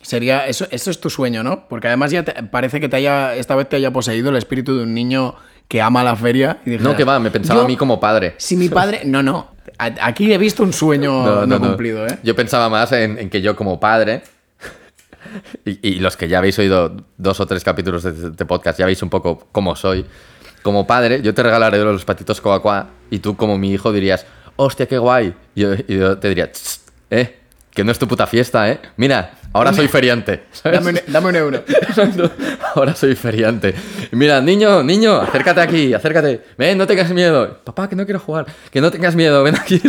Sería, eso, eso es tu sueño, ¿no? Porque además ya te- parece que te haya, esta vez te haya poseído el espíritu de un niño que ama la feria. y
No,
dijeras,
que va, me pensaba
"Yo,
a mí como padre.
Si mi padre, no, no, A- aquí he visto un sueño no, cumplido, ¿eh?
Yo pensaba más en, en que yo como padre, y, y los que ya habéis oído dos o tres capítulos de este podcast, ya veis un poco cómo soy. Como padre, yo te regalaré los patitos coacuá y tú como mi hijo dirías, hostia, qué guay. Y yo, y yo te diría, "Tss, eh, que no es tu puta fiesta, eh. Mira, ahora soy feriante. ¿sabes?
Dame un, dame un euro.
Ahora soy feriante. Mira, niño, niño, acércate aquí, acércate. Ven, no tengas miedo. Papá, que no quiero jugar. Que no tengas miedo, ven aquí.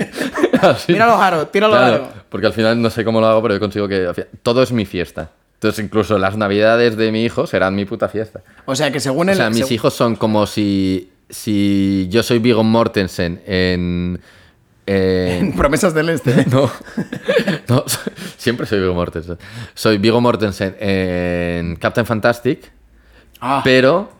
Así.
Míralo, Jaro, tíralo,
Claro,
Jaro.
porque al final no sé cómo lo hago, pero yo consigo que... al final- Todo es mi fiesta. Entonces, incluso las navidades de mi hijo serán mi puta fiesta.
O sea, que según
O
el...
sea, mis
seg-
hijos son como si... Si yo soy Vigo Mortensen en... en
Promesas del Este.
no, no, soy- siempre soy Vigo Mortensen. Soy Vigo Mortensen en Captain Fantastic,
Ah,
pero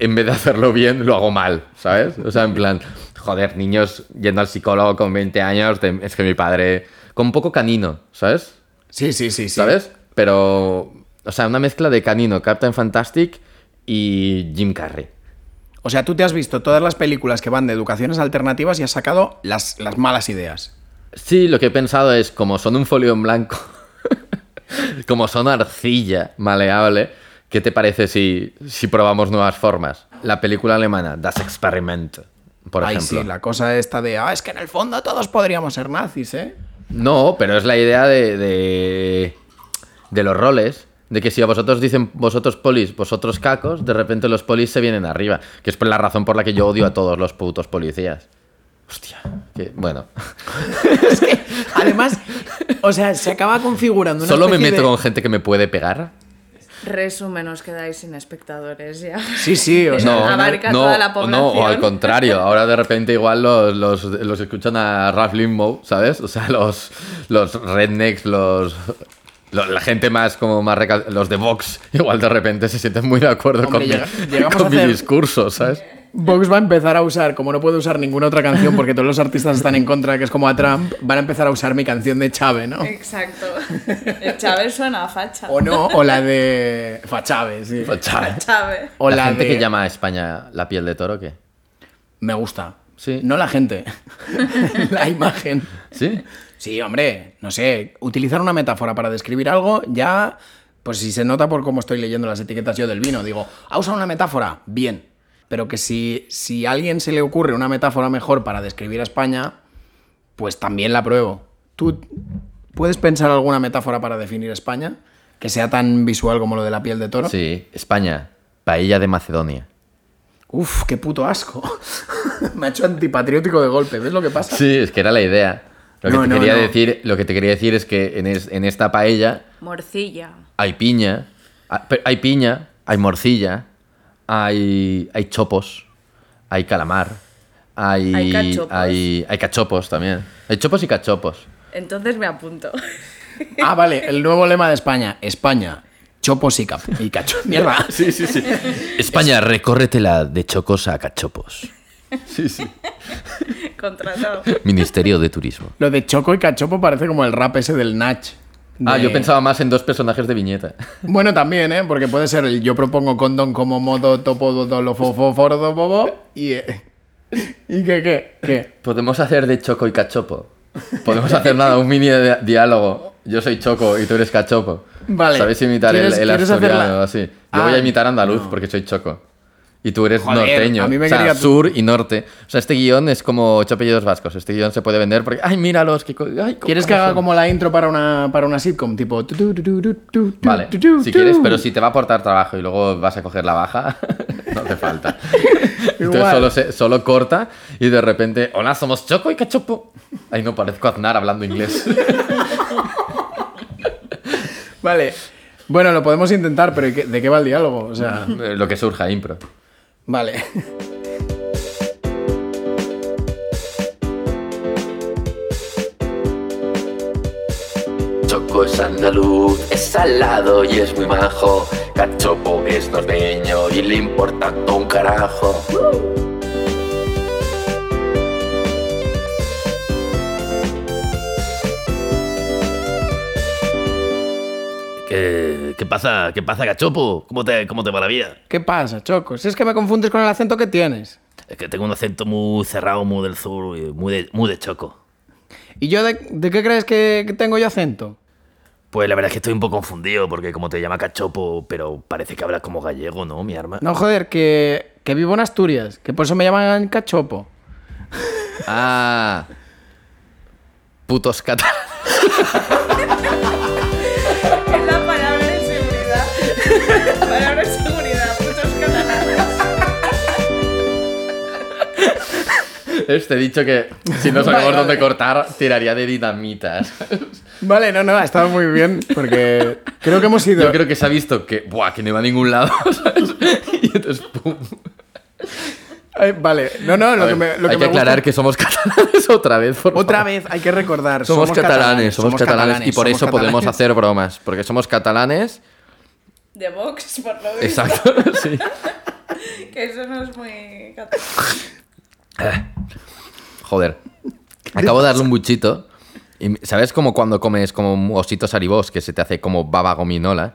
en vez de hacerlo bien, lo hago mal, ¿sabes? O sea, en plan, joder, niños yendo al psicólogo con 20 años, de- es que mi padre, con un poco canino, ¿sabes?
sí, sí, sí, sí.
¿Sabes? Pero, o sea, una mezcla de canino, Captain Fantastic y Jim Carrey.
O sea, tú te has visto todas las películas que van de educaciones alternativas y has sacado las, las malas ideas.
Sí, lo que he pensado es, como son un folio en blanco, como son arcilla maleable, ¿qué te parece si, si probamos nuevas formas? La película alemana, Das Experiment, por
Ay,
ejemplo.
sí, la cosa esta de, ah, es que en el fondo todos podríamos ser nazis, ¿eh?
No, pero es la idea de, de, de los roles. De que si a vosotros dicen vosotros polis, vosotros cacos, de repente los polis se vienen arriba. Que es por la razón por la que yo odio a todos los putos policías. Hostia, que bueno.
Además, o sea, se acaba configurando una
Solo me
especie
meto
de-
con gente que me puede pegar.
Resumen, os quedáis sin espectadores ya.
Sí, sí, o sea,
No,
Abarca
no,
toda la
o no, o al
población.
contrario, ahora de repente igual los, los- los escuchan a Ralph Limbo, ¿sabes? O sea, los, los rednecks, los, lo- la gente más como más recal- los de Vox, igual de repente se sienten muy de acuerdo
Hombre,
con, mi-
llega- llegamos
con
a
mi
hacer-
discurso, ¿sabes?
Vox va a empezar a usar, como no puede usar ninguna otra canción porque todos los artistas están en contra, que es como a Trump, van a empezar a usar mi canción de Chávez, ¿no?
Exacto. El Chávez suena a facha.
O no, o la de... Fa Chávez, sí.
Chale.
Chávez.
O
la
la
gente
de...
que llama a España la piel de toro, ¿qué?
Me gusta.
Sí.
No la gente. la imagen.
¿Sí?
Sí, hombre, no sé, utilizar una metáfora para describir algo ya, pues si se nota por cómo estoy leyendo las etiquetas yo del vino, digo, ha usado una metáfora, bien, pero que si, si a alguien se le ocurre una metáfora mejor para describir a España, pues también la pruebo. ¿Tú puedes pensar alguna metáfora para definir España que sea tan visual como lo de la piel de toro?
Sí, España, paella de Macedonia.
Uf, qué puto asco. Me ha hecho antipatriótico de golpe, ¿ves lo que pasa?
Sí, es que era la idea. Lo que,
No,
te,
no,
quería
no.
Decir, lo que te quería decir es que en, es- en esta paella
Morcilla.
hay piña, ah, pe- hay piña, hay morcilla, hay, hay chopos, hay calamar, hay,
Hay cachopos.
hay- hay cachopos también. Hay chopos y cachopos.
Entonces me apunto.
Ah, vale, el nuevo lema de España. España, chopos y, cap y cacho. Mierda.
Sí, sí, sí. España, recórretela de chocos a cachopos. Sí, sí.
Contratado.
Ministerio de Turismo.
Lo de choco y cachopo parece como el rap ese del Nach. de-
Ah, yo pensaba más en dos personajes de viñeta.
Bueno, también, ¿eh? Porque puede ser el yo propongo condón como modo topo do, do, lo fo, fo, foro, do, bobo y... eh, ¿Y qué, qué? ¿Qué?
Podemos hacer de Choco y Cachopo. Podemos hacer nada, un mini di- diálogo. Yo soy Choco y tú eres Cachopo.
Vale.
¿Sabes imitar el,
¿Quieres-
el
quieres hacerla?
asturiano o así? Yo
Ah,
voy a imitar andaluz porque soy Choco. Y tú eres
Joder,
norteño.
a mí me
o sea,
quería-
sur y norte. O sea, este guión es como ocho apellidos vascos. Este guión se puede vender porque. ¡Ay, míralos! Qué co- ay, co-
¿Quieres que
cómo
haga
son".
como la intro para una, para una sitcom? Tipo. tu, tu, tu, tu, tu, tu, tu,
Vale,
tu, tu,
si
tu?
quieres, pero si te va a aportar trabajo y luego vas a coger la baja, no hace falta. Entonces
Igual.
solo, se- solo corta y de repente, hola, somos Choco y Cachopo. Ay, no, parezco Aznar hablando inglés.
Vale. Bueno, lo podemos intentar, pero ¿y qué- ¿de qué va el diálogo? O sea.
Eh, Lo que surja, impro.
Vale.
Choco es andaluz, es salado y es muy majo. Cachopo es norteño y le importa todo un carajo.
¿Qué, qué pasa? ¿Qué pasa, cachopo? ¿Cómo te, ¿Cómo te va la vida?
¿Qué pasa, Choco? Si es que me confundes con el acento que tienes.
Es que tengo un acento muy cerrado, muy del sur, y muy de, muy de choco.
¿Y yo de, de qué crees que, que tengo yo acento?
Pues la verdad es que estoy un poco confundido, porque como te llama cachopo, pero parece que hablas como gallego, ¿no, mi arma?
No, joder, que, que vivo en Asturias, que por eso me llaman cachopo.
Ah. Putos catalanes.
Es la palabra de seguridad. palabra de seguridad, muchos catalanes.
Te Este he dicho que si no sabemos dónde cortar, tiraría de dinamitas.
Vale, no, no, ha estado muy bien, porque creo que hemos ido.
Yo creo que se ha visto que, buah, que no iba a ningún lado, ¿sabes? Y entonces, pum.
Ay, vale, no, no, lo
A
que
ver,
me, lo
hay que
me gusta-
aclarar que somos catalanes otra vez, por
Otra
favor.
vez hay que recordar.
Somos, catalanes, somos catalanes, y por
somos
eso podemos
catalanes.
hacer bromas, porque somos catalanes.
De Vox, por lo visto.
Exacto, sí.
Que eso no es muy catalán.
Joder. Acabo de darle un buchito. Y, ¿Sabes como cuando comes como un osito saribós que se te hace como baba gominola?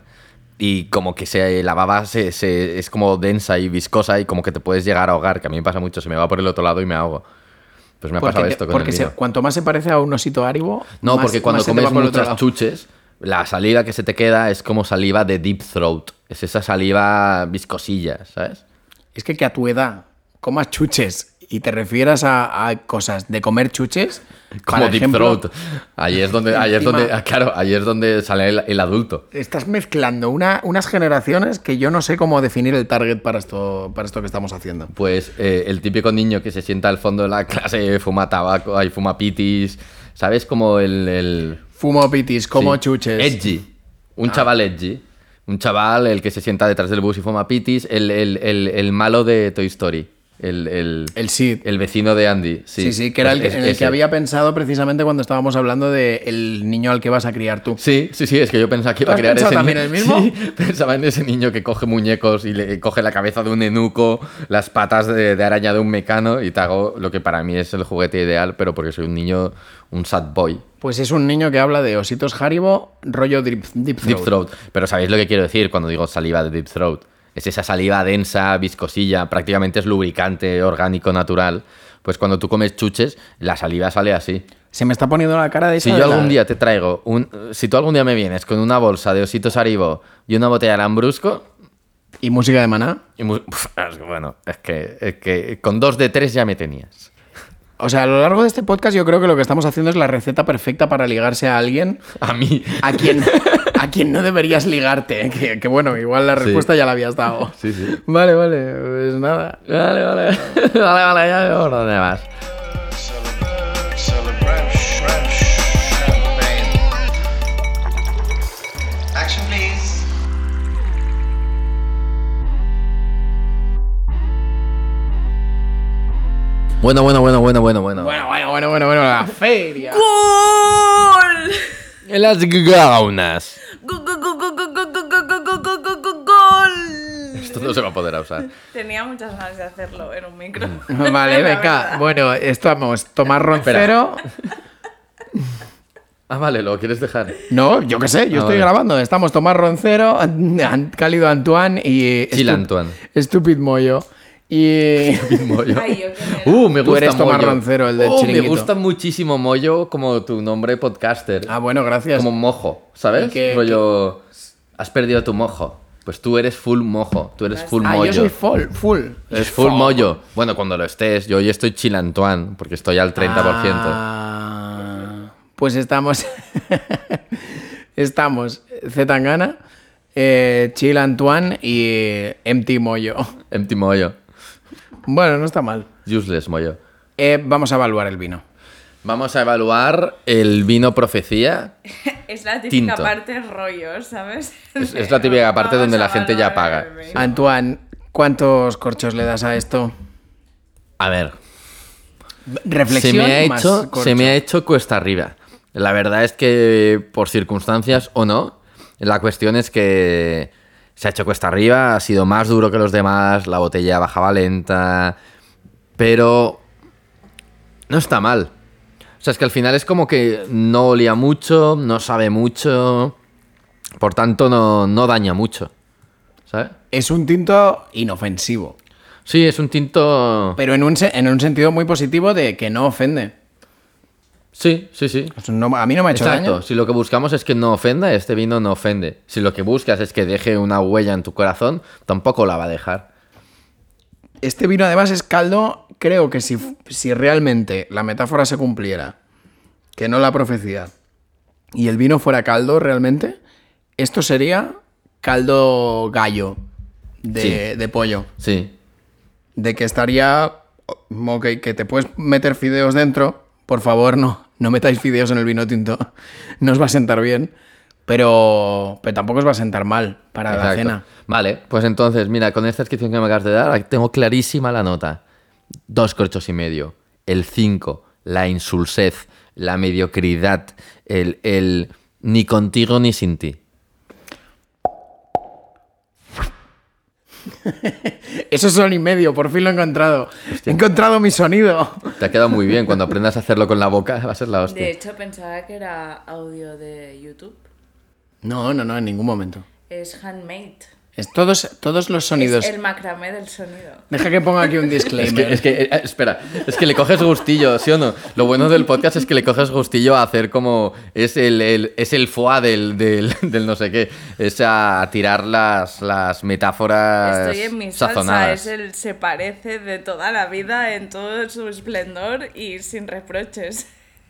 Y como que se, la baba se- se- es como densa y viscosa y como que te puedes llegar a ahogar, que a mí me pasa mucho, se me va por el otro lado y me ahogo. Pues me ha pasado
Porque, te-
esto con
porque
el
se-
vino.
cuanto más se parece a un osito áribo.
No,
más-
porque cuando
más se te va
comes
por el otro
muchas
lado.
chuches, la saliva que se te queda es como saliva de deep throat. Es esa saliva viscosilla, ¿sabes?
Es que que a tu edad comas chuches y te refieras a, a cosas de comer chuches.
Como
por
deep
ejemplo,
throat. Ahí es donde, ahí es
Encima-
donde, ah, claro, ahí es donde sale el, el adulto.
Estás mezclando una- unas generaciones que yo no sé cómo definir el target para esto, para esto que estamos haciendo.
Pues eh, el típico niño que se sienta al fondo de la clase, fuma tabaco, ahí fuma pitis, ¿sabes? Como el... el
Fumo pitis, como
sí,
chuches. Ah.
Edgy. Un chaval edgy. Un chaval, el que se sienta detrás del bus y fuma pitis, el, el- el- el malo de Toy Story. El, el,
El Sid.
El vecino de Andy, sí.
sí, sí, que era el,
Pues
en
es-
el
ese.
que había pensado precisamente cuando estábamos hablando del niño al que vas a criar tú.
Sí, sí, sí, es que yo pensaba que iba a
has
crear ese
pensado
niño.
también el mismo?
Sí, pensaba en ese niño que coge muñecos y le coge la cabeza de un enuco, las patas de, de araña de un mecano y te hago lo que para mí es el juguete ideal, pero porque soy un niño, un sad boy,
Pues es un niño que habla de ositos Haribo, rollo drip- deep, throat.
deep throat. Pero ¿sabéis lo que quiero decir cuando digo saliva de deep throat? Es esa saliva densa, viscosilla, prácticamente es lubricante, orgánico, natural. Pues cuando tú comes chuches, la saliva sale así.
Se me está poniendo la cara de esa
Si
de
yo
la-
algún día te traigo un. Si tú algún día me vienes con una bolsa de ositos aribo y una botella de lambrusco.
¿Y música de maná?
y mu- ah, es que, bueno, es que, es que con dos de tres ya me tenías.
O sea, a lo largo de este podcast yo creo que lo que estamos haciendo es la receta perfecta para ligarse a alguien
A mí.
a quien, a quien no deberías ligarte. ¿eh? Que, que bueno, igual la respuesta ya la habías dado.
Sí, sí.
Vale, vale, pues nada.
Vale, vale. Vale, vale, ya veo por dónde vas.
Celebrate, celebrate, champagne. Action, please.
Bueno, bueno, bueno, bueno, bueno, bueno.
Bueno, bueno, bueno, bueno, bueno, la feria.
¡Gol!
En las gaunas.
¡Gol, gol, gol, gol, gol, gol, gol, gol, gol, gol, gol, gol, gol!
Esto no se va a poder usar.
Tenía muchas ganas de hacerlo en un micro.
Vale,
La
venga.
verdad.
Bueno, estamos. Tomás Roncero.
Ah, vale, lo quieres dejar.
No, yo qué sé, yo
Ah,
estoy
vale.
grabando. Estamos Tomás Roncero, An- An- Cálido Antoine y.
Chila
Estu-
Antoine.
Stupid Moyo. Y.
Mollo.
Ay, yo qué me-
Uh, me
Tú
gusta
eres Tomás
Mollo.
Roncero, el del
Oh, me
chiringuito.
gusta muchísimo Mollo como tu nombre podcaster.
Ah, bueno, gracias.
como mojo, ¿sabes?
¿Y qué-
Rollo, has perdido tu mojo. Pues tú eres full mojo, tú eres full
ah,
mollo.
yo soy full, full. Ah,
Eres full mollo. Bueno, cuando lo estés, yo hoy estoy chilantuán, porque estoy al 30%.
Ah, pues estamos. estamos Zetangana, eh, Chill Antoine y Empty Moyo.
Empty mollo.
Bueno, no está mal.
Useless mollo.
Eh, vamos a evaluar el vino.
Vamos a evaluar el vino profecía.
Es la típica
Tinto.
parte rollo, ¿sabes?
Es- es la típica parte
Vamos
donde
a
la gente ya
valorar
paga.
el menú.
Antoine, ¿cuántos corchos le das a esto?
A ver, se
Reflexión.
me, ha
más
hecho,
corcho.
se me ha hecho cuesta arriba. La verdad es que, por circunstancias o no, la cuestión es que se ha hecho cuesta arriba, ha sido más duro que los demás, la botella bajaba lenta, pero no está mal. O sea, es que al final es como que no olía mucho, no sabe mucho, por tanto no, no daña mucho. ¿Sabes?
Es un tinto inofensivo.
Sí, es un tinto...
Pero en un, se- en un sentido muy positivo de que no ofende.
Sí, sí, sí.
O sea, no- a mí no me ha hecho
Exacto,
daño.
si lo que buscamos es que no ofenda, este vino no ofende. Si lo que buscas es que deje una huella en tu corazón, tampoco la va a dejar.
Este vino además es caldo, creo que si, si realmente la metáfora se cumpliera, que no la profecía, y el vino fuera caldo realmente, esto sería caldo gallo de,
Sí.
de pollo.
Sí,
De que estaría... oh, ok, que te puedes meter fideos dentro. Por favor, no. No metáis fideos en el vino tinto. No os va a sentar bien. Pero, pero tampoco os va a sentar mal para la
exacto.
cena.
Vale, pues entonces, mira, con esta descripción que me acabas de dar, aquí tengo clarísima la nota. Dos corchos y medio, el 5, la insulsez, la mediocridad, el, el ni contigo ni sin ti.
Eso es son y medio, por fin lo he encontrado. He encontrado mi sonido.
Te ha quedado muy bien, cuando aprendas a hacerlo con la boca va a ser la hostia.
De hecho, pensaba que era audio de YouTube.
No, no, no, en ningún momento.
Es handmade.
Es todos, todos los sonidos.
Es el macramé del sonido.
Deja que ponga aquí un
Es
disclaimer.
que, es que, eh, espera, es que le coges gustillo, ¿sí o no? Lo bueno del podcast es que le coges gustillo a hacer como. Es el, el- es el foie del, del, del no sé qué. Es a tirar las, las
Ah,
metáforas
Estoy en mi salsa.
sazonadas.
Es el se parece de toda la vida en todo su esplendor y sin reproches.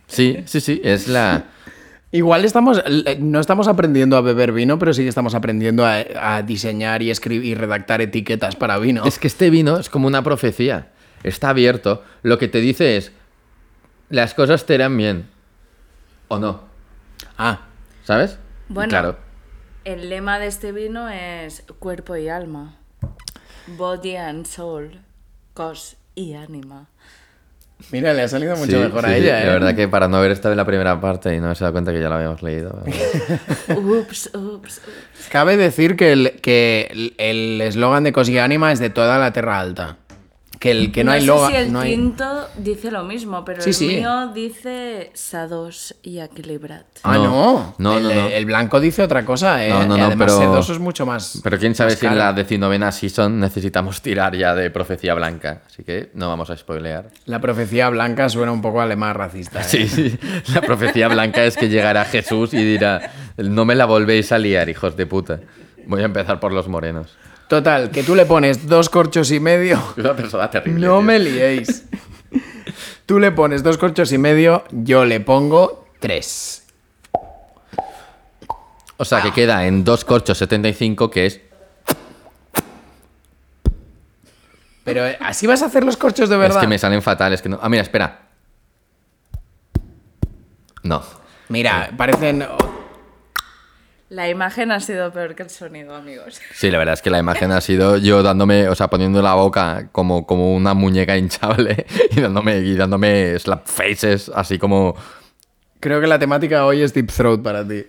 Sí, sí, sí, es la.
Igual estamos, l- no estamos aprendiendo a beber vino, pero sí que estamos aprendiendo a, a diseñar y escribir y redactar etiquetas para vino.
Es que este vino es como una profecía. Está abierto. Lo que te dice es. Las cosas te irán bien. O no.
Ah,
¿Sabes?
Bueno.
Claro.
El lema de este vino es cuerpo y alma. Body and soul. Cos y ánima.
mira, le ha salido mucho
Sí,
mejor
sí,
a
sí.
ella.
La
¿eh?
verdad que para no haber estado en la primera parte y no haberse dado cuenta que ya lo habíamos leído.
Ups, ups.
Cabe decir que el que el- el eslogan de Così Anima es de toda la Tierra Alta. Que el que no, hay
sé
loga-
si el
no hay-
tinto dice lo mismo, pero
Sí,
el
sí.
mío dice sados y equilibrat.
Ah, no.
No, no,
el,
no, no.
el blanco dice otra cosa. eh.
No, no, no,
Además,
pero-
sedoso es mucho más.
Pero quién sabe
más
si en
caro.
la decinovena season necesitamos tirar ya de Profecía Blanca. Así que no vamos a spoilear.
La profecía blanca suena un poco alemán racista. ¿eh?
Sí, sí. La profecía blanca es que llegará Jesús y dirá: No me la volvéis a liar, hijos de puta. Voy a empezar por los morenos.
Total, que tú le pones dos corchos y medio.
Es una persona terrible.
No
tío.
me liéis. Tú le pones dos corchos y medio, yo le pongo tres.
O sea, que queda en dos corchos 75, que es.
Pero eh, así vas a hacer los corchos de
Es
verdad.
que me salen fatales. Que no... Ah, mira, espera. No.
Mira, parecen.
La imagen ha sido peor que el sonido, amigos.
Sí, la verdad es que la imagen ha sido yo dándome, o sea, poniendo la boca como, como una muñeca hinchable y dándome, y dándome slap faces, así como...
Creo que la temática hoy es Deep Throat para ti.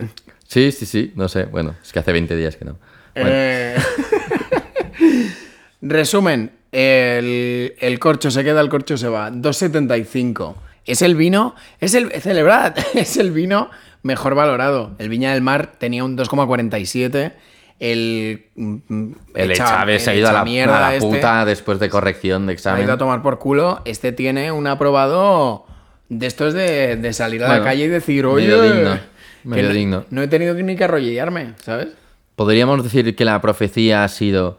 Sí, sí, sí, no sé, bueno, es que hace 20 días que no. Bueno,
Eh, Resumen, el, el corcho se queda, el corcho se va. 2,75. Es el vino, es el, celebrad, es el vino mejor valorado. El Viña del Mar tenía un 2,47. el. mm,
El
echa-
Chávez se ha
el
ido a la,
echamierda
a la
este
puta después de corrección de
Se ha
examen.
ido a tomar por culo. Este tiene un aprobado de estos de, de salir a la
Bueno,
calle y decir, oye,
medio digno,
que
medio
no-
digno.
no he tenido ni que arrodillarme, ¿sabes?
Podríamos decir que la profecía ha sido.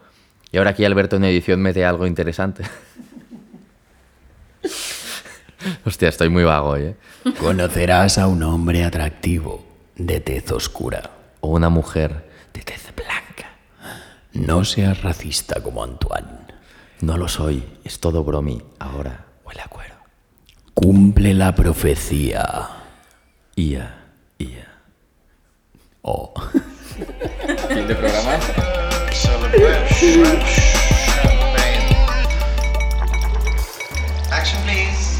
Y ahora aquí Alberto en edición mete algo interesante. Hostia, estoy muy vago hoy, ¿eh?
Conocerás a un hombre atractivo, de tez oscura,
O una mujer.
de tez blanca. No seas racista como Antoine.
No lo soy, es todo bromi. Ahora. Huele a cuero.
Cumple la profecía.
Ia, ia.
Oh.
Celebrate. Champagne.
Action, please.